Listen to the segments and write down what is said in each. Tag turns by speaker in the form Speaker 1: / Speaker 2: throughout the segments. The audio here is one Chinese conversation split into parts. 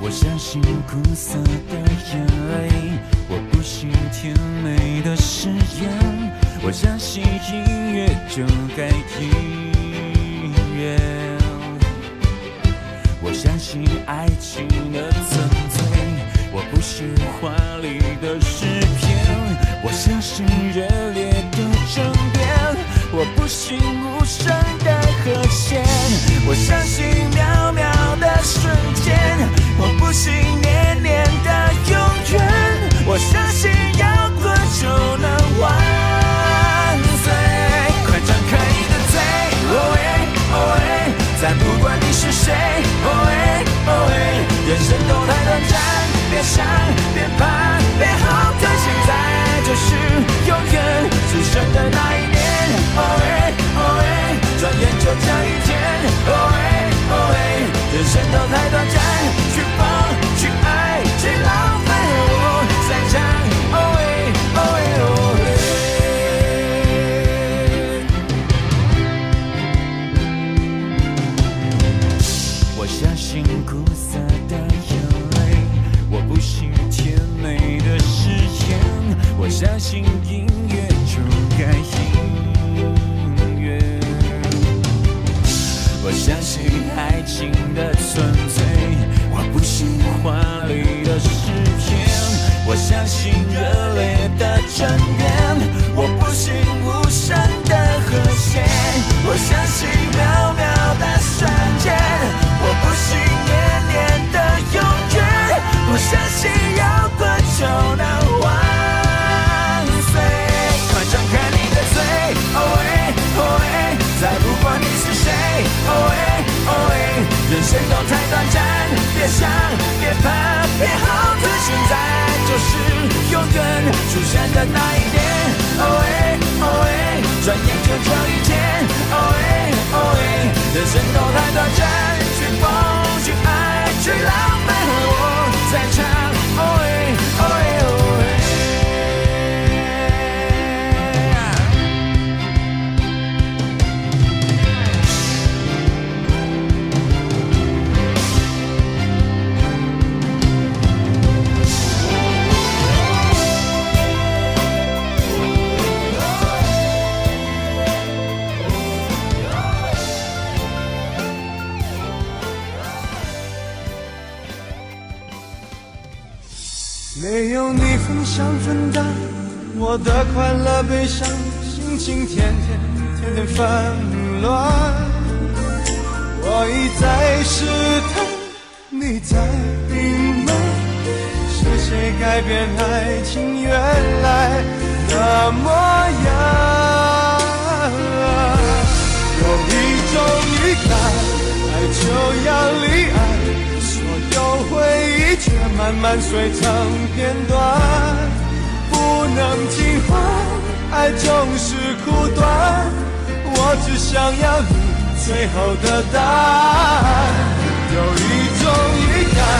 Speaker 1: 我相信苦涩的眼泪，我不信甜美的誓言，我相信音乐就该音乐，我相信爱情的纯粹，我不信华丽的诗篇，我相信热烈的争辩，我不信无声的和弦，我相信渺渺的瞬间，我不信年年的永远，我相信摇滚就能万岁，快张开你的嘴，哦喂哦喂，再不管你是谁，哦喂哦喂，人生都太短暂，别想别怕别后退，现在就是永远，只剩的那一年。哦哎哦哎，转眼就这一天。哦哎哦哎，人生都太短暂，去放去爱去浪费，哦，再唱哦哎哦哎哦哎。我相信苦涩的眼泪，我不信甜美的誓言，我相信音乐就该音乐，我相信爱情的纯粹，我不信华丽的诗篇，我相信热烈的争辩，我不信无声的和谐，我相信渺渺的瞬间，我不信年年的永远，我相信摇滚就能万岁，快张开你的嘴，哦喂哦喂，再不管你是谁，哦喂哦喂，人生都太短暂，别想别怕别后退，现在就是永远出现的那一天，哦喂哦喂，转眼就这一天，哦喂哦喂，人生都太短暂，去疯去爱去浪费，我在唱，哦喂哦喂哦喂。
Speaker 2: 没有你分享分担我的快乐悲伤，心情天天天天纷乱。我一再试探，你在隐瞒，是谁改变爱情原来的模样？有一种预感，爱就要离岸。所有回忆却慢慢碎成片段，不能尽欢，爱总是苦短。我只想要你最后的答案。有一种预感，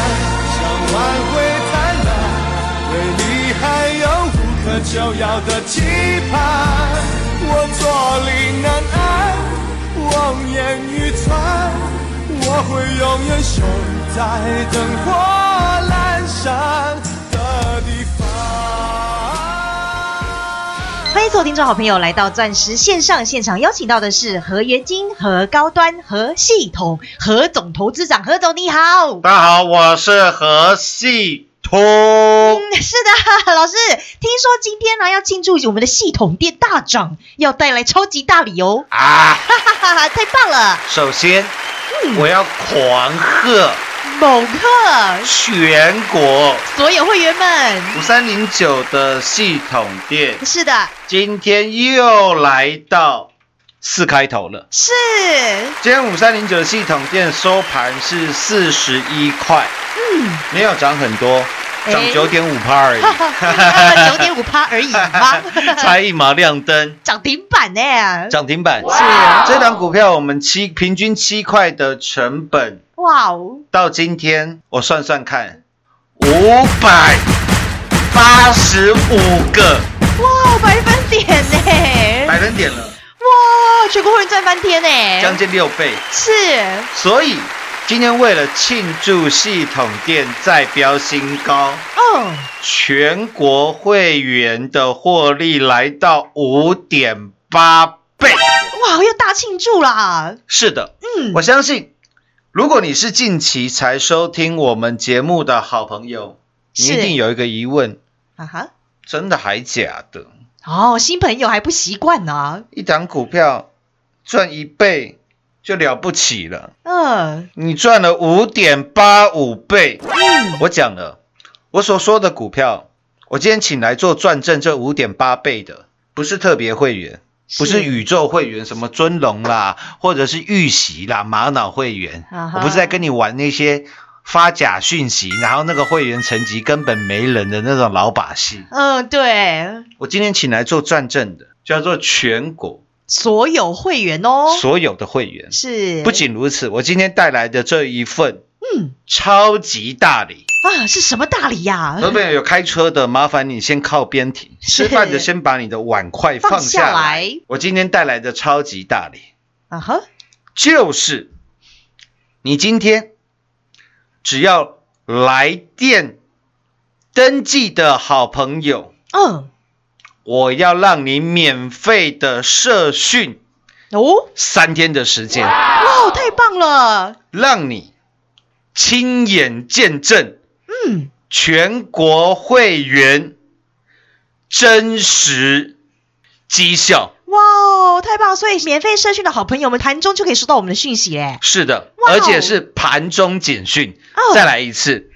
Speaker 2: 想挽回贪婪，对你还有无可救药的期盼。我坐立难安，望眼欲穿。我会永远守在灯火阑珊的地方。
Speaker 3: 欢迎所有听众好朋友来到钻石线上现场，邀请到的是何元金、何高端、何系统、何总投资长，何总你好。
Speaker 4: 大家好，我是何系统。
Speaker 3: 嗯是的， 老师，听说今天呢、要庆祝我们的系统店大涨，要带来超级大礼哦！
Speaker 4: 啊！
Speaker 3: 哈哈哈哈，太棒了，
Speaker 4: 首先，我要狂贺
Speaker 3: 猛贺
Speaker 4: 全国
Speaker 3: 所有会员们！
Speaker 4: 五三零九的系统店，
Speaker 3: 是的，
Speaker 4: 今天又来到四开头了。
Speaker 3: 是
Speaker 4: 今天五三零九的系统店收盘是四十一块，嗯，没有涨很多，涨
Speaker 3: 哎
Speaker 4: 九点五趴 而已，
Speaker 3: 九点五趴而已 吗？
Speaker 4: 才一毛亮灯，
Speaker 3: 涨停板呢、
Speaker 4: 涨停板。
Speaker 3: 是啊，
Speaker 4: 这档股票我们七平均七块的成本，
Speaker 3: 哇哦，
Speaker 4: 到今天我算算看，五百八十五个
Speaker 3: 哇，哦百分点呢、
Speaker 4: 百分点了，
Speaker 3: 哇，全国会员赚翻天呢、
Speaker 4: 将近六倍。
Speaker 3: 是
Speaker 4: 所以今天为了庆祝系统店再飙新高，
Speaker 3: 哦，
Speaker 4: 全国会员的获利来到五点八倍。
Speaker 3: 哇，要大庆祝啦！
Speaker 4: 是的，
Speaker 3: 嗯，
Speaker 4: 我相信，如果你是近期才收听我们节目的好朋友，你
Speaker 3: 是
Speaker 4: 一定有一个疑问：
Speaker 3: 啊哈，
Speaker 4: 真的还假的？
Speaker 3: 哦，新朋友还不习惯呢，
Speaker 4: 一档股票赚一倍就了不起了，
Speaker 3: 嗯、
Speaker 4: 你赚了五点八五倍。
Speaker 3: 嗯
Speaker 4: 我讲了，我所说的股票，我今天请来做转正这五点八倍的，不是特别会员。不是宇宙会员，什么尊龙啦，或者是预习啦、玛瑙会员
Speaker 3: 啊哈
Speaker 4: 我不是在跟你玩那些发假讯息，然后那个会员层级根本没人的那种老把戏。
Speaker 3: 嗯、对，
Speaker 4: 我今天请来做转正的，叫做全国
Speaker 3: 所有会员哦，
Speaker 4: 所有的会员。
Speaker 3: 是
Speaker 4: 不仅如此，我今天带来的这一份
Speaker 3: 嗯
Speaker 4: 超级大礼，
Speaker 3: 啊，是什么大礼呀、
Speaker 4: 各位有开车的，麻烦你先靠边停；
Speaker 3: 哎
Speaker 4: 吃
Speaker 3: 是
Speaker 4: 饭的，先把你的碗筷
Speaker 3: 放
Speaker 4: 放
Speaker 3: 下
Speaker 4: 下
Speaker 3: 来
Speaker 4: 来。我今天带来的超级大礼。
Speaker 3: 啊哈，
Speaker 4: 就是你今天只要来电登记的好朋友，
Speaker 3: 嗯，
Speaker 4: 我要让你免费的社训
Speaker 3: 哦，
Speaker 4: 三天的时间，
Speaker 3: 哇，太棒了，
Speaker 4: 让你亲眼见证
Speaker 3: 嗯，
Speaker 4: 全国会员真实绩效。
Speaker 3: 哇哦，太棒了！所以免费社区的好朋友们，盘中就可以收到我们的讯息嘞。
Speaker 4: 是的，
Speaker 3: 哇哦
Speaker 4: 而且是盘中简讯。
Speaker 3: 哦
Speaker 4: 再来一次，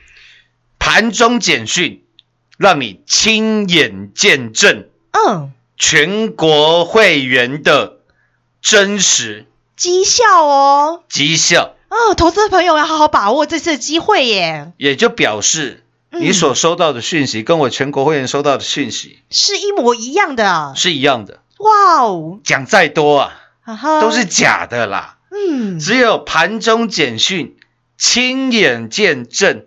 Speaker 4: 盘中简讯，让你亲眼见证
Speaker 3: 嗯，
Speaker 4: 全国会员的真实
Speaker 3: 绩效哦，
Speaker 4: 绩效，
Speaker 3: 嗯，投资的朋友要好好把握这次的机会耶，
Speaker 4: 也就表示
Speaker 3: 嗯
Speaker 4: 你所收到的讯息跟我全国会员收到的讯息
Speaker 3: 是一模一样的。
Speaker 4: 是一样的。
Speaker 3: 哇哦，
Speaker 4: 讲再多啊，
Speaker 3: 啊哈，
Speaker 4: 都是假的啦。
Speaker 3: 嗯，
Speaker 4: 只有盘中简讯亲眼见证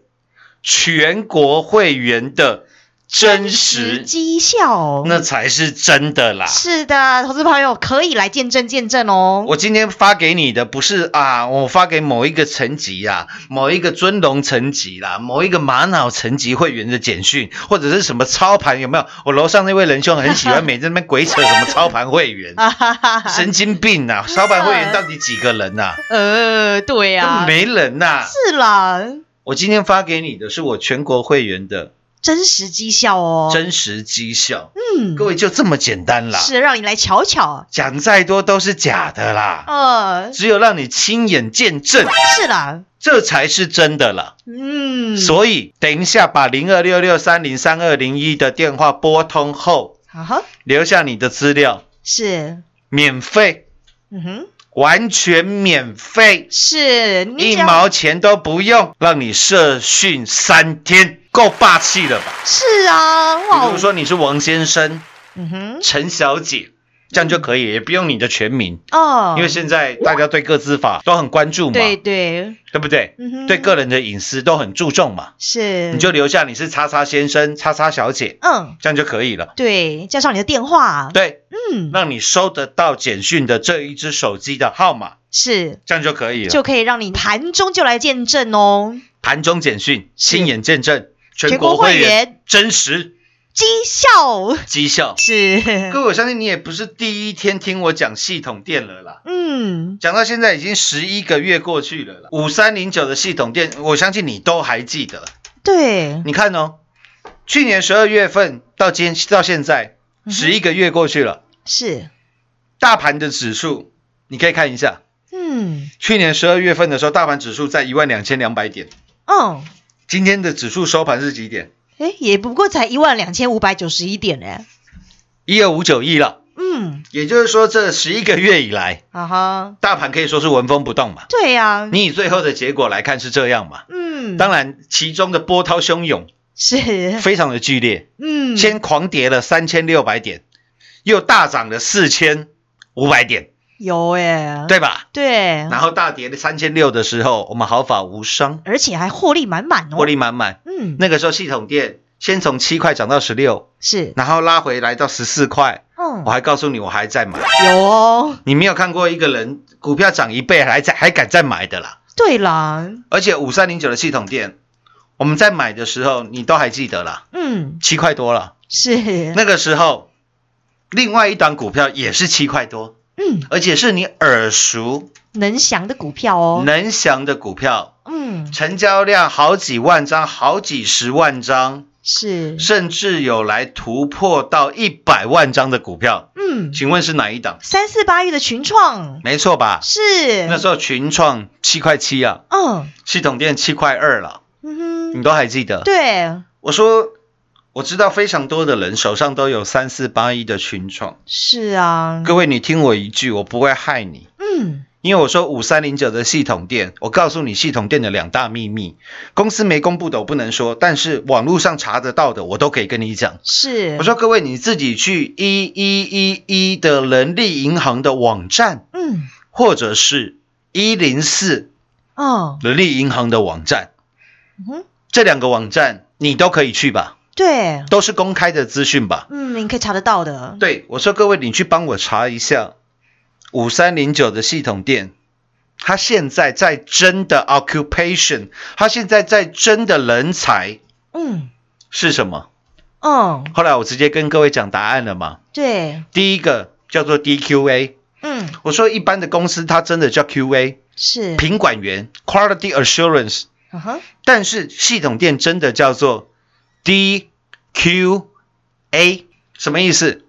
Speaker 4: 全国会员的真实，
Speaker 3: 绩效。
Speaker 4: 那才是真的啦。
Speaker 3: 是的，投资朋友可以来见证见证哦。
Speaker 4: 我今天发给你的不是啊，我发给某一个层级啊，某一个尊龙层级啦，某一个玛瑙层级会员的简讯，或者是什么操盘有没有？我楼上那位仁兄很喜欢每天在那边鬼扯什么操盘会员，
Speaker 3: 啊哈哈哈，
Speaker 4: 神经病呐、啊！操盘会员到底几个人啊呐、
Speaker 3: 呃，对呀、
Speaker 4: 啊？没人呐、
Speaker 3: 是啦，
Speaker 4: 我今天发给你的是我全国会员的
Speaker 3: 真实绩效哦。
Speaker 4: 真实绩效，
Speaker 3: 嗯，
Speaker 4: 各位就这么简单啦。
Speaker 3: 是让你来瞧瞧。
Speaker 4: 讲再多都是假的啦，
Speaker 3: 呃，
Speaker 4: 只有让你亲眼见证，
Speaker 3: 是啦，
Speaker 4: 这才是真的啦。
Speaker 3: 嗯，
Speaker 4: 所以等一下把零二六六三零三二零一的电话拨通后，
Speaker 3: 啊哈，
Speaker 4: 留下你的资料，
Speaker 3: 是，
Speaker 4: 免费，
Speaker 3: 嗯哼，
Speaker 4: 完全免费，
Speaker 3: 是，你
Speaker 4: 一
Speaker 3: 只要
Speaker 4: 毛钱都不用，让你社训三天，够霸气了吧？
Speaker 3: 是啊，哇，
Speaker 4: 比如，说你是王先生、
Speaker 3: 嗯哼，
Speaker 4: 陈小姐，这样就可以，也不用你的全名，
Speaker 3: 嗯哦，
Speaker 4: 因为现在大家对个资法都很关注嘛，
Speaker 3: 对对，
Speaker 4: 对不对？
Speaker 3: 嗯哼，
Speaker 4: 对个人的隐私都很注重嘛，
Speaker 3: 是，
Speaker 4: 你就留下你是叉叉先生、叉叉小姐，
Speaker 3: 嗯，
Speaker 4: 这样就可以了。
Speaker 3: 对，加上你的电话，
Speaker 4: 对，
Speaker 3: 嗯，
Speaker 4: 让你收得到简讯的这一只手机的号码，
Speaker 3: 是，
Speaker 4: 这样就可以了。
Speaker 3: 就可以让你盘中就来见证哦，
Speaker 4: 盘中简讯，
Speaker 3: 是
Speaker 4: 亲眼见证
Speaker 3: 全
Speaker 4: 全
Speaker 3: 国
Speaker 4: 国
Speaker 3: 会
Speaker 4: 会
Speaker 3: 员
Speaker 4: 员真实
Speaker 3: 绩效
Speaker 4: 绩效。
Speaker 3: 是，
Speaker 4: 各位，我相信你也不是第一天听我讲系统店了啦。
Speaker 3: 嗯，
Speaker 4: 讲到现在已经十一个月过去了啦，五三零九的系统店，我相信你都还记得。
Speaker 3: 对，
Speaker 4: 你看哦，去年十二月份到今到现在
Speaker 3: 嗯哼
Speaker 4: 十一个月过去了，
Speaker 3: 是，
Speaker 4: 大盘的指数你可以看一下，
Speaker 3: 嗯，
Speaker 4: 去年十二月份的时候，大盘指数在一万两千两百点，
Speaker 3: 嗯。
Speaker 4: 今天的指数收盘是几点？
Speaker 3: 哎，也不过才一万两千五百九十一点呢。
Speaker 4: 一二五九亿了，
Speaker 3: 嗯，
Speaker 4: 也就是说，这十一个月以来，
Speaker 3: 啊哈，
Speaker 4: 大盘可以说是纹风不动嘛。
Speaker 3: 对呀、啊，
Speaker 4: 你以最后的结果来看是这样嘛？
Speaker 3: 嗯，
Speaker 4: 当然，其中的波涛汹涌，
Speaker 3: 是，
Speaker 4: 非常的剧烈，
Speaker 3: 嗯，
Speaker 4: 先狂跌了三千六百点，又大涨了四千五百点，
Speaker 3: 有哎，
Speaker 4: 对吧？
Speaker 3: 对，
Speaker 4: 然后大跌了三千六的时候，我们毫发无伤，
Speaker 3: 而且还获利满满哦，
Speaker 4: 获利满满。
Speaker 3: 嗯，
Speaker 4: 那个时候系统店先从七块涨到十六，
Speaker 3: 是，
Speaker 4: 然后拉回来到十四块，
Speaker 3: 嗯
Speaker 4: 我，还告诉你我还在买。
Speaker 3: 有哦，
Speaker 4: 你没有看过一个人股票涨一倍还在还敢再买的啦？
Speaker 3: 对啦，
Speaker 4: 而且五三零九的系统店，我们在买的时候你都还记得啦，
Speaker 3: 嗯，
Speaker 4: 七块多了。
Speaker 3: 是，
Speaker 4: 那个时候，另外一档股票也是七块多，
Speaker 3: 嗯，
Speaker 4: 而且是你耳熟
Speaker 3: 能翔的股票哦，
Speaker 4: 能详的股票，
Speaker 3: 嗯，
Speaker 4: 成交量好几万张、好几十万张，
Speaker 3: 是，
Speaker 4: 甚至有来突破到一百万张的股票，
Speaker 3: 嗯，
Speaker 4: 请问是哪一档？
Speaker 3: 三四八月的群创
Speaker 4: 没错吧？
Speaker 3: 是，
Speaker 4: 那时候群创七块七啊，
Speaker 3: 嗯，
Speaker 4: 系统店七块二了，
Speaker 3: 嗯
Speaker 4: 你
Speaker 3: 哼，
Speaker 4: 都还记得？
Speaker 3: 对，
Speaker 4: 我说。我知道非常多的人手上都有三四八一的群创，
Speaker 3: 是啊，
Speaker 4: 各位你听我一句，我不会害你。
Speaker 3: 嗯，
Speaker 4: 因为我说五三零九的系统店，我告诉你系统店的两大秘密，公司没公布的我不能说，但是网络上查得到的我都可以跟你讲。
Speaker 3: 是，
Speaker 4: 我，说各位你自己去一一一一的人力银行的网站，
Speaker 3: 嗯，
Speaker 4: 或者是一零四
Speaker 3: 哦，
Speaker 4: 人力银行的网站，
Speaker 3: 嗯哼，
Speaker 4: 这两个网站你都可以去吧，
Speaker 3: 对，
Speaker 4: 都是公开的资讯吧？
Speaker 3: 嗯，你可以查得到的，
Speaker 4: 对，我说各位你去帮我查一下五三零九的系统店，它现在在争的 occupation，它现在在争的人才
Speaker 3: 嗯，
Speaker 4: 是什么？
Speaker 3: 嗯，
Speaker 4: 后来我直接跟各位讲答案了嘛。
Speaker 3: 对，
Speaker 4: 第一个叫做 DQA，
Speaker 3: 嗯，
Speaker 4: 我说一般的公司它真的叫 QA，
Speaker 3: 是，
Speaker 4: 品管员 （Quality Assurance），
Speaker 3: 嗯哼，
Speaker 4: 但是系统店真的叫做 DQA，什么意思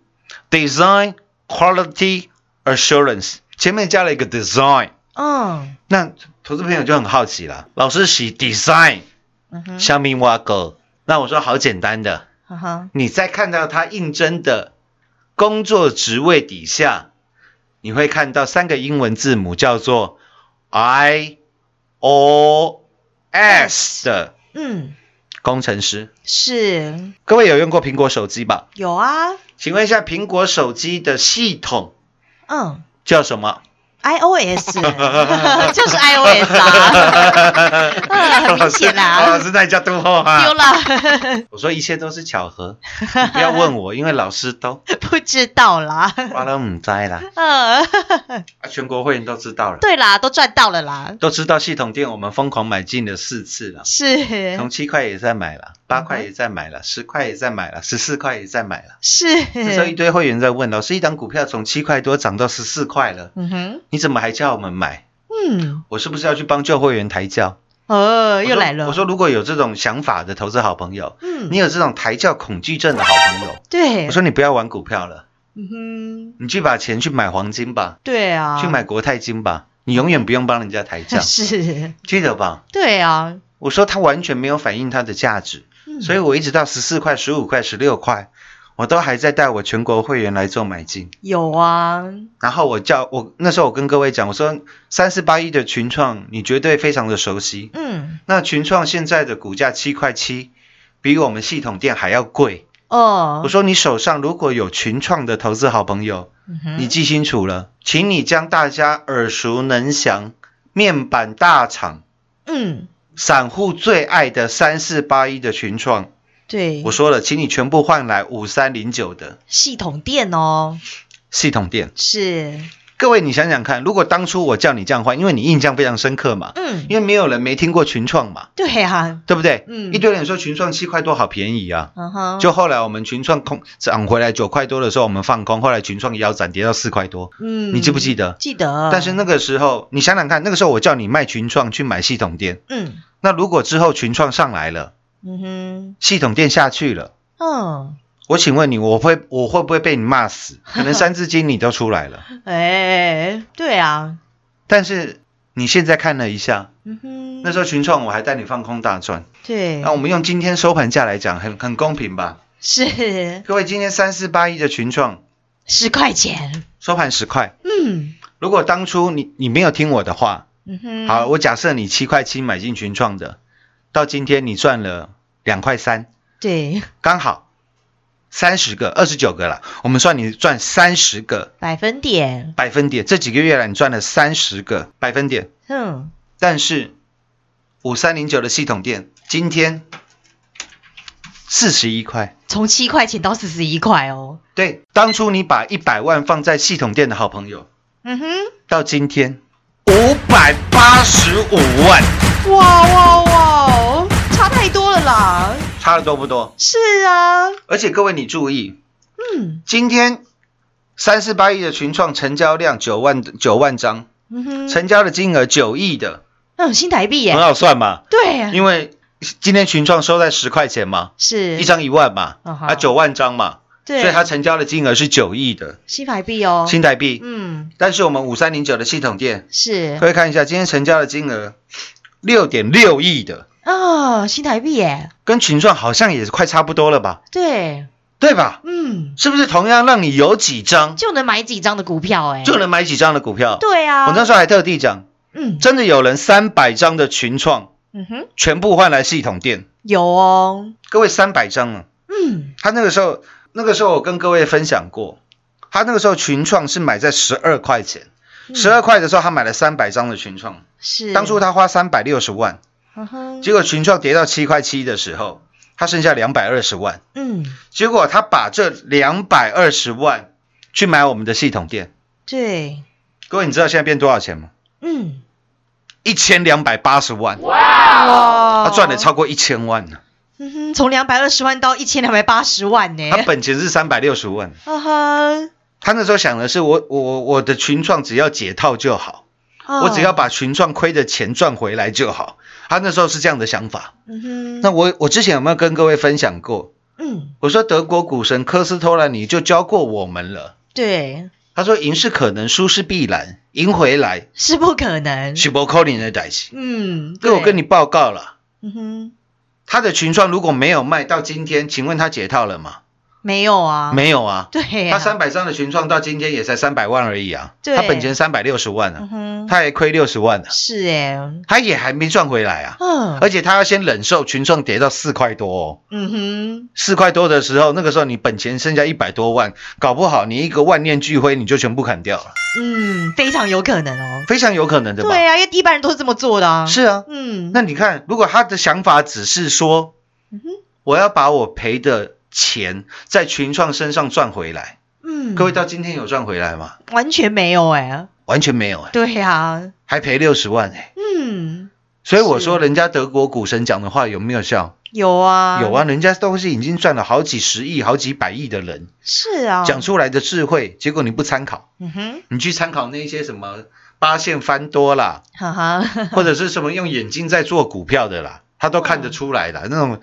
Speaker 4: ？Design Quality Assurance，前面加了一个 design。
Speaker 3: 嗯，
Speaker 4: 那投资朋友就很好奇了，老师写 design
Speaker 3: 嗯哼，
Speaker 4: 下面挖沟，那我说好简单的，
Speaker 3: 嗯哼，
Speaker 4: 你在看到他应征的工作职位底下，你会看到三个英文字母叫做 I O S 的。
Speaker 3: 嗯，
Speaker 4: 工程师。
Speaker 3: 是
Speaker 4: 各位有用过苹果手机吧？
Speaker 3: 有啊，
Speaker 4: 请问一下，苹果手机的系统
Speaker 3: 嗯。
Speaker 4: 叫什么？
Speaker 3: iOS 就是 iOS 啊，嗯很明 显
Speaker 4: 老
Speaker 3: 啦，
Speaker 4: 师在家都后
Speaker 3: 丢
Speaker 4: 啊。
Speaker 3: 啦，
Speaker 4: 我说一切都是巧合，你不要问我，因为老师都
Speaker 3: 不知道啦，
Speaker 4: 我都唔知啦，
Speaker 3: 嗯，
Speaker 4: 啊全国会员都知道了，
Speaker 3: 对啦，都赚到了啦，
Speaker 4: 都知道系统店我们疯狂买进了四次了。
Speaker 3: 是
Speaker 4: 从七块也在买了，
Speaker 3: 嗯
Speaker 4: 八块也在买了，十块也在买了，十四块也在买了。那时候一
Speaker 3: 是，
Speaker 4: 堆会员在问老师，一档股票从七块多涨到十四块了，
Speaker 3: 嗯哼，
Speaker 4: 你怎么还叫我们买？
Speaker 3: 嗯，
Speaker 4: 我是不是要去帮旧会员抬轿？
Speaker 3: 哦，
Speaker 4: 我
Speaker 3: 又
Speaker 4: 说
Speaker 3: 来了，
Speaker 4: 我说，如果有这种想法的投资好朋友，
Speaker 3: 嗯，
Speaker 4: 你有这种抬轿恐惧症的好朋友，
Speaker 3: 对，
Speaker 4: 我，说你不要玩股票了，
Speaker 3: 嗯哼，
Speaker 4: 你去把钱去买黄金吧，
Speaker 3: 对啊，
Speaker 4: 去买国泰金吧，你永远不用帮人家抬 轿，
Speaker 3: 是，
Speaker 4: 记得吧？
Speaker 3: 对啊，
Speaker 4: 我说它完全没有反映它的价值，
Speaker 3: 嗯
Speaker 4: 所以我一直到十四块、十五块、十六块，我都还在带我全国会员来做买进。
Speaker 3: 有啊，
Speaker 4: 然后我叫我那时候我跟各位讲，我说三四八一的群创，你绝对非常的熟悉，
Speaker 3: 嗯，
Speaker 4: 那群创现在的股价七块七，比我们系统店还要贵。
Speaker 3: 哦，
Speaker 4: 我说你手上如果有群创的投资好朋友，
Speaker 3: 嗯哼，
Speaker 4: 你记清楚了，请你将大家耳熟能详、面板大厂、
Speaker 3: 嗯，
Speaker 4: 散户最爱的三四八一的群创，
Speaker 3: 对，
Speaker 4: 我说了，请你全部换来五三零九的
Speaker 3: 系统店哦，
Speaker 4: 系统店。
Speaker 3: 是，
Speaker 4: 各位，你想想看，如果当初我叫你这样换，因为你印象非常深刻嘛，
Speaker 3: 嗯，
Speaker 4: 因为没有人没听过群创嘛，
Speaker 3: 对啊，
Speaker 4: 对不对？
Speaker 3: 嗯
Speaker 4: 一堆人说群创七块多好便宜啊，
Speaker 3: 嗯哼，
Speaker 4: 就后来我们群创空涨回来九块多的时候，我们放空，后来群创腰斩跌到四块多，
Speaker 3: 嗯，
Speaker 4: 你记不记得？
Speaker 3: 记得，
Speaker 4: 但是那个时候，你想想看，那个时候我叫你卖群创去买系统店，
Speaker 3: 嗯
Speaker 4: 那如果之后群创上来了，
Speaker 3: 嗯
Speaker 4: 系统店下去了，
Speaker 3: 哼，嗯，
Speaker 4: 我请问你，我会我会不会被你骂死？可能三字经你都出来了，
Speaker 3: 哎，对啊，
Speaker 4: 但是你现在看了一下，
Speaker 3: 嗯哼，
Speaker 4: 那时候群创我还带你放空大赚，
Speaker 3: 对，
Speaker 4: 那我们用今天收盘价来讲，很很公平吧？
Speaker 3: 是，
Speaker 4: 各位，今天三四八一的群创
Speaker 3: 十块钱，
Speaker 4: 收盘十块。
Speaker 3: 嗯
Speaker 4: 如果当初你你没有听我的话，
Speaker 3: 嗯哼，
Speaker 4: 好，我假设你七块七买进群创的，到今天你赚了两块三，
Speaker 3: 对，
Speaker 4: 刚好三十个、二十九个了。我们算你赚三十个
Speaker 3: 百分点，
Speaker 4: 百分点，这几个月来你赚了三十个百分点。
Speaker 3: 哼，
Speaker 4: 但是五三零九的系统店今天四十一块，
Speaker 3: 从七块钱到四十一块哦，
Speaker 4: 对，当初你把一百万放在系统店的好朋友，
Speaker 3: 嗯哼，
Speaker 4: 到今天五百八十五万，
Speaker 3: 哇哇哇，差太多了啦，
Speaker 4: 差的多不多？
Speaker 3: 是啊，
Speaker 4: 而且各位你注意，
Speaker 3: 嗯
Speaker 4: 今天三四八亿的群创成交量九万九万张，
Speaker 3: 嗯哼，
Speaker 4: 成交的金额九亿的，
Speaker 3: 嗯，新台币
Speaker 4: 很
Speaker 3: 耶，
Speaker 4: 好算嘛，
Speaker 3: 对，啊
Speaker 4: 因为今天群创收在十块钱嘛，
Speaker 3: 是
Speaker 4: 一，张一万嘛，
Speaker 3: 嗯哼
Speaker 4: 啊九万张嘛，
Speaker 3: 对，
Speaker 4: 所以它成交的金额是九亿的
Speaker 3: 新台币哦，
Speaker 4: 新台币。
Speaker 3: 嗯，
Speaker 4: 但是我们五三零九的系统店，
Speaker 3: 是
Speaker 4: 各位看一下，今天成交的金额六点六亿的，
Speaker 3: 啊，新台币耶，
Speaker 4: 跟群创好像也快差不多了吧？
Speaker 3: 对，
Speaker 4: 对吧？
Speaker 3: 嗯，
Speaker 4: 是不是同样让你有几张
Speaker 3: 就能买几张的股票哎，
Speaker 4: 就能买几张的股票？
Speaker 3: 对啊，
Speaker 4: 我那时候还特地讲，
Speaker 3: 嗯
Speaker 4: 真的有人三百张的群创
Speaker 3: 嗯哼，
Speaker 4: 全部换来系统店，
Speaker 3: 有哦，
Speaker 4: 各位三百张啊！
Speaker 3: 嗯，
Speaker 4: 他那个时候，那个时候我跟各位分享过，他那个时候群创是买在十二块钱，十二块的时候他买了三百张的群创，
Speaker 3: 嗯是，
Speaker 4: 当初他花三百六十万，
Speaker 3: 嗯哼，
Speaker 4: 结果群创跌到七块七的时候，他剩下两百二十万，
Speaker 3: 嗯，
Speaker 4: 结果他把这两百二十万去买我们的系统店，
Speaker 3: 对，
Speaker 4: 各位你知道现在变多少钱吗？
Speaker 3: 嗯，
Speaker 4: 一千两百八十万，
Speaker 3: 哇
Speaker 4: 他赚了超过一千万呢。
Speaker 3: 嗯哼，从两百二十万到一千两百八十万呢、
Speaker 4: 他本钱是三百六十万，
Speaker 3: 啊哈，
Speaker 4: 他那时候想的是我我我我的群创只要解套就好，
Speaker 3: 啊
Speaker 4: 我只要，把群创亏的钱赚回来就好。他那时候是这样的想法。
Speaker 3: 嗯哼，
Speaker 4: 那我我之前有没有跟各位分享过？
Speaker 3: 嗯，
Speaker 4: 我说德国股神科斯托兰尼就教过我们了。
Speaker 3: 对，
Speaker 4: 他说赢是可能，输是必然，赢回来
Speaker 3: 是不可能，
Speaker 4: 是不扣你的代金。
Speaker 3: 嗯，
Speaker 4: 这我跟你，报告了，
Speaker 3: 嗯哼，
Speaker 4: 他的群创如果没有卖到今天，请问他解套了吗？
Speaker 3: 没有啊，，
Speaker 4: 没有啊。
Speaker 3: 对、啊，
Speaker 4: 他三，百张的群创到今天也才三百万而已啊，
Speaker 3: 对
Speaker 4: 他本钱三百六十万
Speaker 3: 嗯
Speaker 4: 啊，
Speaker 3: 哼，
Speaker 4: 他还亏六十万呢、
Speaker 3: 是哎、
Speaker 4: 他也还没赚回来啊，
Speaker 3: 嗯，
Speaker 4: 而且他要先忍受群创跌到四块多哦，
Speaker 3: 嗯哼，
Speaker 4: 四块多的时候，那个时候你本钱剩下一百多万，搞不好你一个万念俱灰你就全部砍掉了，
Speaker 3: 嗯，非常有可能哦，
Speaker 4: 非常有可能的吧？
Speaker 3: 对啊，因为一般人都是这么做的啊，
Speaker 4: 是，啊，
Speaker 3: 嗯，
Speaker 4: 那你看，如果他的想法只是说，
Speaker 3: 嗯哼，
Speaker 4: 我要把我赔的钱在群创身上赚回来，
Speaker 3: 嗯，
Speaker 4: 各位到今天有赚回来吗？
Speaker 3: 完全没有哎、
Speaker 4: 完全没有、欸，
Speaker 3: 对啊，
Speaker 4: 还赔六十万哎、
Speaker 3: 嗯，
Speaker 4: 所以我说，
Speaker 3: 是
Speaker 4: 人家德国股神讲的话有没有效？
Speaker 3: 有啊，
Speaker 4: 有啊，，人家都是已经赚了好几十亿、好几百亿的人
Speaker 3: 是啊，
Speaker 4: 讲，出来的智慧，结果你不参考，
Speaker 3: 嗯哼，
Speaker 4: 你去参考那些什么八线翻多 啦，
Speaker 3: 哈哈，
Speaker 4: 或者是什么用眼睛在做股票的啦，他都看得出来
Speaker 3: 嗯
Speaker 4: 的那种，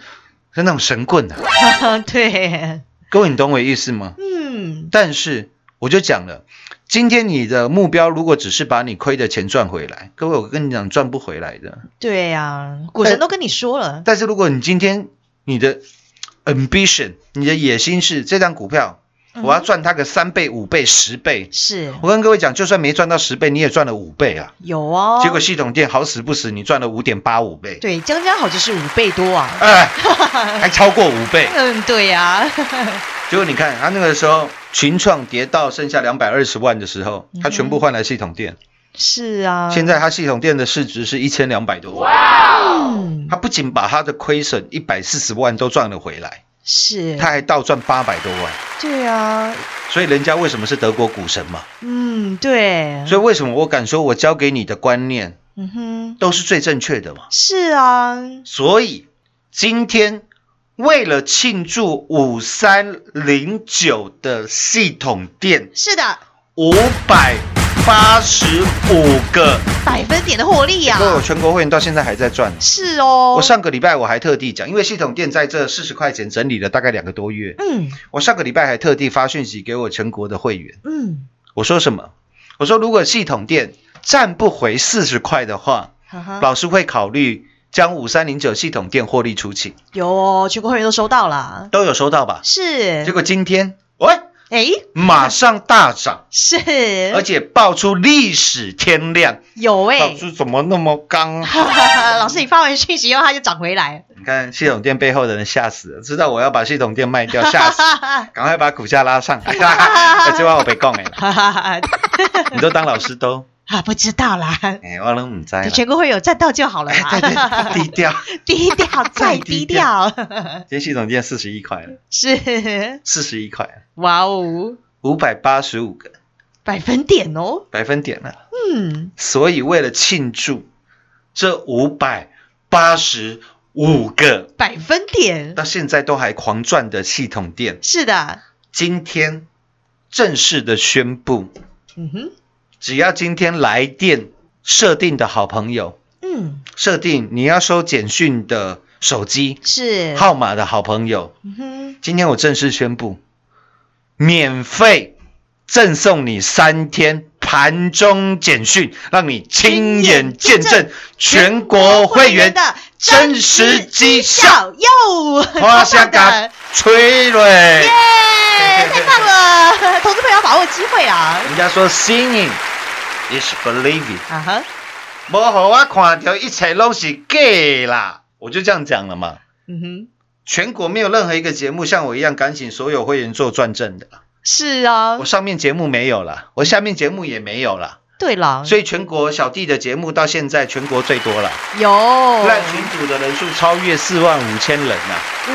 Speaker 4: 是那种神棍的、啊。
Speaker 3: 对，
Speaker 4: 各位，你懂我意思吗？
Speaker 3: 嗯，
Speaker 4: 但是我就讲了，今天你的目标如果只是把你亏的钱赚回来，各位，我跟你讲，赚不回来的。
Speaker 3: 对呀、
Speaker 4: 啊
Speaker 3: 股神都跟你说了，
Speaker 4: 但是如果你今天你的 ambition，你的野心是这张股票，
Speaker 3: 嗯
Speaker 4: 我要赚它个三倍、五倍、十倍。
Speaker 3: 是
Speaker 4: 我跟各位讲，就算没赚到十倍，你也赚了五倍啊。
Speaker 3: 有哦。
Speaker 4: 结果系统店好死不死，你赚了五点八五倍，
Speaker 3: 对，将将好就是五倍多啊。
Speaker 4: 哎，还超过五 倍。
Speaker 3: 嗯，对
Speaker 4: 啊
Speaker 3: 呀、
Speaker 4: 结果你看，啊他那个时候群创跌到剩下两百二十万的时候，他全部换来系统店。
Speaker 3: 是嗯啊。
Speaker 4: 现在他系统店的市值是一千两百多万，
Speaker 3: 嗯
Speaker 4: 他不仅把他的亏损一百四十万都赚了回来，
Speaker 3: 是，
Speaker 4: 他还倒赚八百多万。
Speaker 3: 对啊，
Speaker 4: 所以人家为什么是德国股神嘛？
Speaker 3: 嗯，对，
Speaker 4: 所以为什么我敢说我教给你的观念
Speaker 3: 嗯哼，
Speaker 4: 都是最正确的嘛？
Speaker 3: 是啊，
Speaker 4: 所以今天为了庆祝五三零九的系统店
Speaker 3: 是的，
Speaker 4: 五百八十五个，
Speaker 3: 百分点的获利呀、
Speaker 4: 因为我全国会员到现在还在赚。
Speaker 3: 是哦，
Speaker 4: 我上个礼拜我还特地讲，因为系统店在这四十块钱整理了大概两个多月，
Speaker 3: 嗯
Speaker 4: 我上个礼拜还特地发讯息给我全国的会员。
Speaker 3: 嗯，
Speaker 4: 我说什么？我说如果系统店站不回四十块的话，
Speaker 3: 哈哈，
Speaker 4: 老师会考虑将五三零九系统店获利出清，
Speaker 3: 有哦，全国会员都收到了，
Speaker 4: 都有收到吧？
Speaker 3: 是，
Speaker 4: 结果今天，喂，
Speaker 3: 哎，
Speaker 4: 马上大涨，
Speaker 3: 是，
Speaker 4: 而且爆出历史天量，
Speaker 3: 有哎
Speaker 4: 老、师怎么那么刚好？
Speaker 3: 老师你发完讯息后它就涨回来，
Speaker 4: 你看系统店背后的人吓死了，知道我要把系统店卖掉，吓 死了，赶快把股价拉上来。哎这话我被讲哎，你都当老师都，
Speaker 3: 啊，不知道啦，
Speaker 4: 哎、我都唔知啦。
Speaker 3: 全国会有赚到就好了
Speaker 4: 哎， 对
Speaker 3: 嘛，
Speaker 4: 对，低调。
Speaker 3: 低 调再低调，
Speaker 4: 今天系统店四十一块了，
Speaker 3: 是，
Speaker 4: 四十一块，
Speaker 3: 哇哦，
Speaker 4: 五百八十五个
Speaker 3: 百分点哦，
Speaker 4: 百分点了。
Speaker 3: 嗯，
Speaker 4: 所以为了庆祝这五百八十五个
Speaker 3: 百分点，
Speaker 4: 到现在都还狂赚的系统店，
Speaker 3: 是的，
Speaker 4: 今天正式的宣布，
Speaker 3: 嗯哼，
Speaker 4: 只要今天来电设定的好朋友，
Speaker 3: 嗯，
Speaker 4: 设定你要收简讯的手机
Speaker 3: 是，，
Speaker 4: 号码的好朋友，
Speaker 3: 嗯哼，
Speaker 4: 今天我正式宣布，免费赠送你三天盘中简讯，让你亲眼见证全国会员
Speaker 3: 的
Speaker 4: 真实绩效。
Speaker 3: 哟，
Speaker 4: 花
Speaker 3: 超
Speaker 4: 香
Speaker 3: 棒的
Speaker 4: 港催泪
Speaker 3: 耶，， 太棒了！ 投资朋友要把握机会啊！
Speaker 4: 人家说 seeing is believing，
Speaker 3: 啊哈，
Speaker 4: 无好我看到一切拢是假啦，我就这样讲了嘛。
Speaker 3: 嗯哼，
Speaker 4: 全国没有任何一个节目像我一样赶请所有会员做转正的，
Speaker 3: 是啊
Speaker 4: 我，上面节目没有了，我下面节目也没有了。
Speaker 3: 对了，
Speaker 4: 所以全国小弟的节目到现在全国最多了，
Speaker 3: 有
Speaker 4: 赖群组的人数超越四万五千人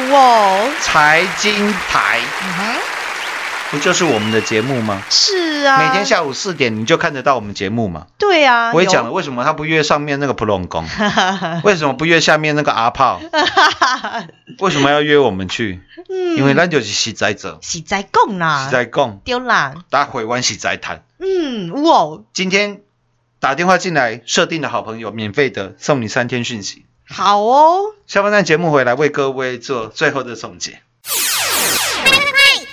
Speaker 4: 呐、
Speaker 3: 哇，
Speaker 4: 财经台
Speaker 3: 嗯哼，
Speaker 4: 不就是我们的节目吗？
Speaker 3: 是啊，
Speaker 4: 每天下午四点你就看得到我们节目嘛。
Speaker 3: 对啊，
Speaker 4: 我也讲了，为什么他不约上面那个普隆宫，
Speaker 3: 了，
Speaker 4: 为什么不约下面那个阿炮，为什么要约我们去？
Speaker 3: 嗯
Speaker 4: 因为咱就是实在者，
Speaker 3: 是在供啦
Speaker 4: 实，在讲，
Speaker 3: 丢啦，
Speaker 4: 大家回湾实在谈。
Speaker 3: 嗯，哇，
Speaker 4: 今天打电话进来设定的好朋友，免费的送你三天讯息。
Speaker 3: 好哦，
Speaker 4: 下半段节目回来为各位做最后的总结。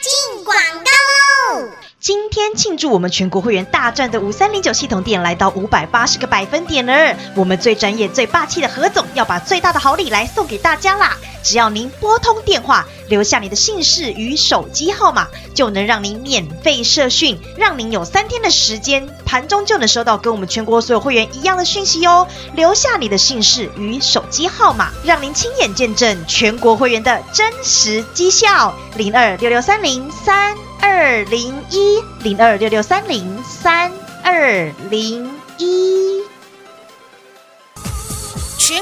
Speaker 5: 进广告喽！
Speaker 3: 今天庆祝我们全国会员大战的五三零九系统店来到五百八十个百分点了，我们最专业、最霸气的何总要把最大的好礼来送给大家啦！只要您拨通电话，留下你的姓氏与手机号码，就能让您免费社讯，让您有三天的时间，盘中就能收到跟我们全国所有会员一样的讯息哦。留下你的姓氏与手机号码，让您亲眼见证全国会员的真实绩效。零二六六三零三二零一，零二六六三零三二零一。
Speaker 5: 全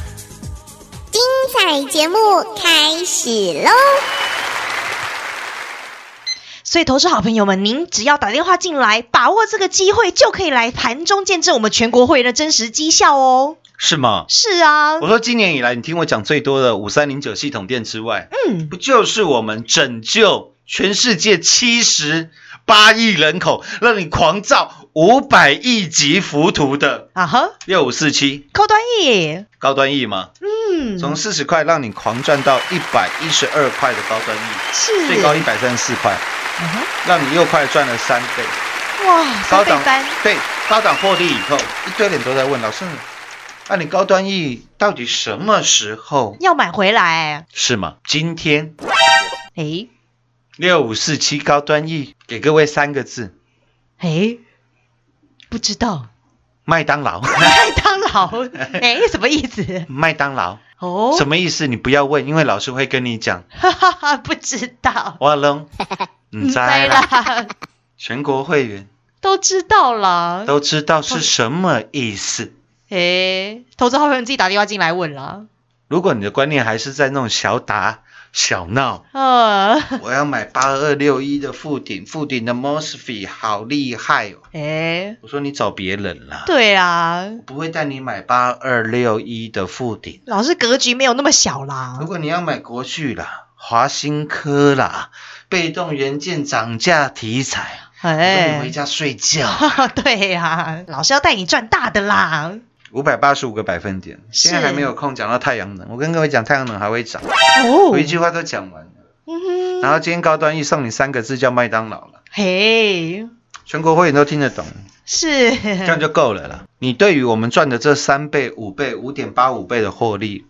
Speaker 5: 彩节目开始喽！
Speaker 3: 所以，投资好朋友们，您只要打电话进来，把握这个机会，就可以来盘中见证我们全国会员的真实绩效哦。
Speaker 4: 是吗？
Speaker 3: 是啊，
Speaker 4: 我说今年以来，你听我讲最多的五三零九系统店之外，
Speaker 3: 嗯，
Speaker 4: 不就是我们拯救全世界七十八亿人口，让你狂造五百亿级浮屠的
Speaker 3: 啊哈，
Speaker 4: 六五四七
Speaker 3: 高端业，
Speaker 4: 高端 E 吗？
Speaker 3: 嗯，
Speaker 4: 从四十块让你狂赚到一百一十二块的高端 E，
Speaker 3: 是
Speaker 4: 最高一百三十四块，
Speaker 3: 啊哈
Speaker 4: 让你又快赚了三倍。
Speaker 3: 哇，
Speaker 4: 高
Speaker 3: 三倍
Speaker 4: 档
Speaker 3: 翻，
Speaker 4: 对高档获利以后，一堆人都在问老师，那、你高端 E 到底什么时候
Speaker 3: 要买回来，
Speaker 4: 是吗？今天
Speaker 3: 哎
Speaker 4: 六五四七高端 E 给各位三个字：
Speaker 3: 哎，不知 道
Speaker 4: 麦当劳，
Speaker 3: 麦当劳，哎，什么意思？
Speaker 4: 麦当劳
Speaker 3: 哦，
Speaker 4: 什么意思？你不要问，因为老师会跟你讲。
Speaker 3: 哈哈哈，不知道，
Speaker 4: 我 龙，你猜啦，
Speaker 3: 啦，
Speaker 4: 全国会员
Speaker 3: 都知道啦。
Speaker 4: 都知道
Speaker 3: 嗯
Speaker 4: 是什么意思。
Speaker 3: 诶，投资好朋友你自己打电话进来问啦。
Speaker 4: 如果你的观念还是在那种小打小 闹，
Speaker 3: 呃，
Speaker 4: 我要买八二六一的附顶，附顶的 Mosfet 好厉害哦。
Speaker 3: 诶，
Speaker 4: 我说你找别人啦，
Speaker 3: 对啊，
Speaker 4: 不会带你买八二六一的附顶。
Speaker 3: 老师格局没有那么小啦
Speaker 4: 如。果你要买国巨啦、华新科啦、被动元件涨价题材，那你
Speaker 3: 哎
Speaker 4: 回，家睡觉。
Speaker 3: 对呀、老师要带你赚大的啦。
Speaker 4: 五百八十五个百分点，现在还没有空讲到太阳能。我跟各位讲，太阳能还会涨，
Speaker 3: 哦
Speaker 4: 我一句话都讲完了。
Speaker 3: 嗯
Speaker 4: 然
Speaker 3: 哼，
Speaker 4: 后今天高端一送你三个字叫麦当劳了，
Speaker 3: 嘿，
Speaker 4: 全国会员都听得懂，
Speaker 3: 是，
Speaker 4: 这样就够了啦。你对于我们赚的这三倍、五倍、五点八五倍的获利，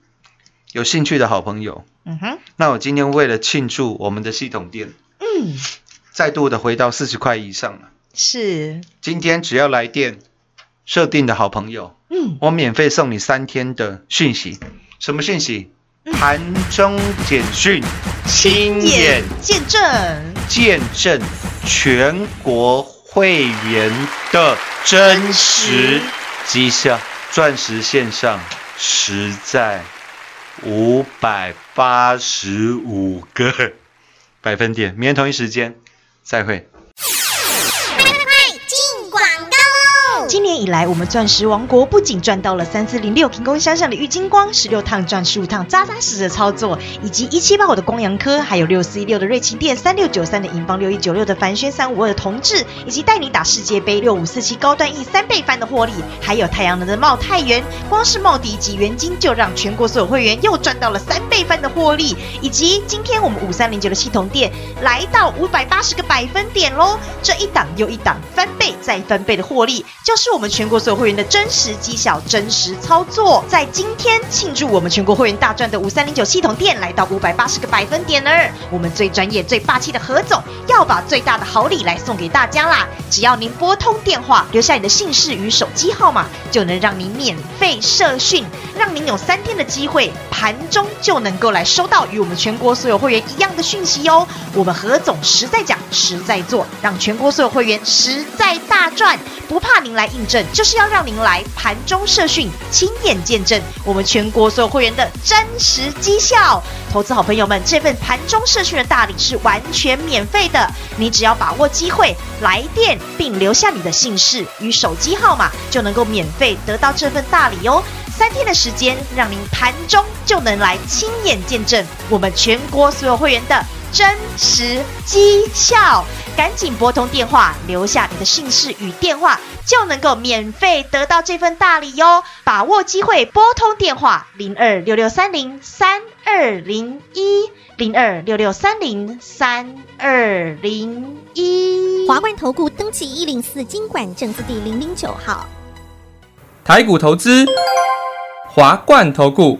Speaker 4: 有兴趣的好朋友，
Speaker 3: 嗯哼，
Speaker 4: 那我今天为了庆祝我们的系统店
Speaker 3: 嗯，
Speaker 4: 再度的回到四十块以上了，
Speaker 3: 是，
Speaker 4: 今天只要来电设定的好朋友，
Speaker 3: 嗯，
Speaker 4: 我免费送你三天的讯息，什么讯息？盘中简讯，亲眼
Speaker 3: 见证，
Speaker 4: 见证全国会员的真实绩效，钻石线上实在五百八十五个 百分点。明天同一时间再会。
Speaker 5: 进广告喽！
Speaker 3: 今年以来，我们钻石王国不仅赚到了三四零六平工山上的郁金光十六趟赚十五趟扎扎实实的操作，以及一七八五的光阳科，还有六四一六的瑞奇店、三六九三的银邦、六一九六的凡轩、三五二的同志，以及带你打世界杯六五四七高端 E 三倍翻的获利，还有太阳能的茂泰元，光是茂迪及元金就让全国所有会员又赚到了三倍翻的获利，以及今天我们五三零九的系统店来到五百八十个百分点喽，这一档又一档翻倍再翻倍的获利，就是我们全国所有会员的真实绩效、真实操作。在今天庆祝我们全国会员大赚的五三零九系统店来到五百八十个百分点呢，我们最专业、最霸气的何总要把最大的好礼来送给大家啦！只要您拨通电话，留下你的姓氏与手机号码，就能让您免费社训，让您有三天的机会盘中就能够来收到与我们全国所有会员一样的讯息哦。我们何总实在讲，实在做，让全国所有会员实在大赚，不怕您来印证，就是要让您来盘中社训，亲眼见证我们全国所有会员的真实绩效。投资好朋友们，这份盘中社训的大礼是完全免费的，你只要把握机会来电，并留下你的姓氏与手机号码，就能够免费得到这份大礼哦。三天的时间，让您盘中就能来亲眼见证我们全国所有会员的真实绩效。赶紧拨通电话，留下你的姓氏与电话，就能够免费得到这份大礼哟！把握机会，拨通电话零二六六三零三二零一零二六六三零三二零一。
Speaker 5: 华冠投顾登记一零四经管证字第零零九号。
Speaker 6: 台股投资，华冠投顾。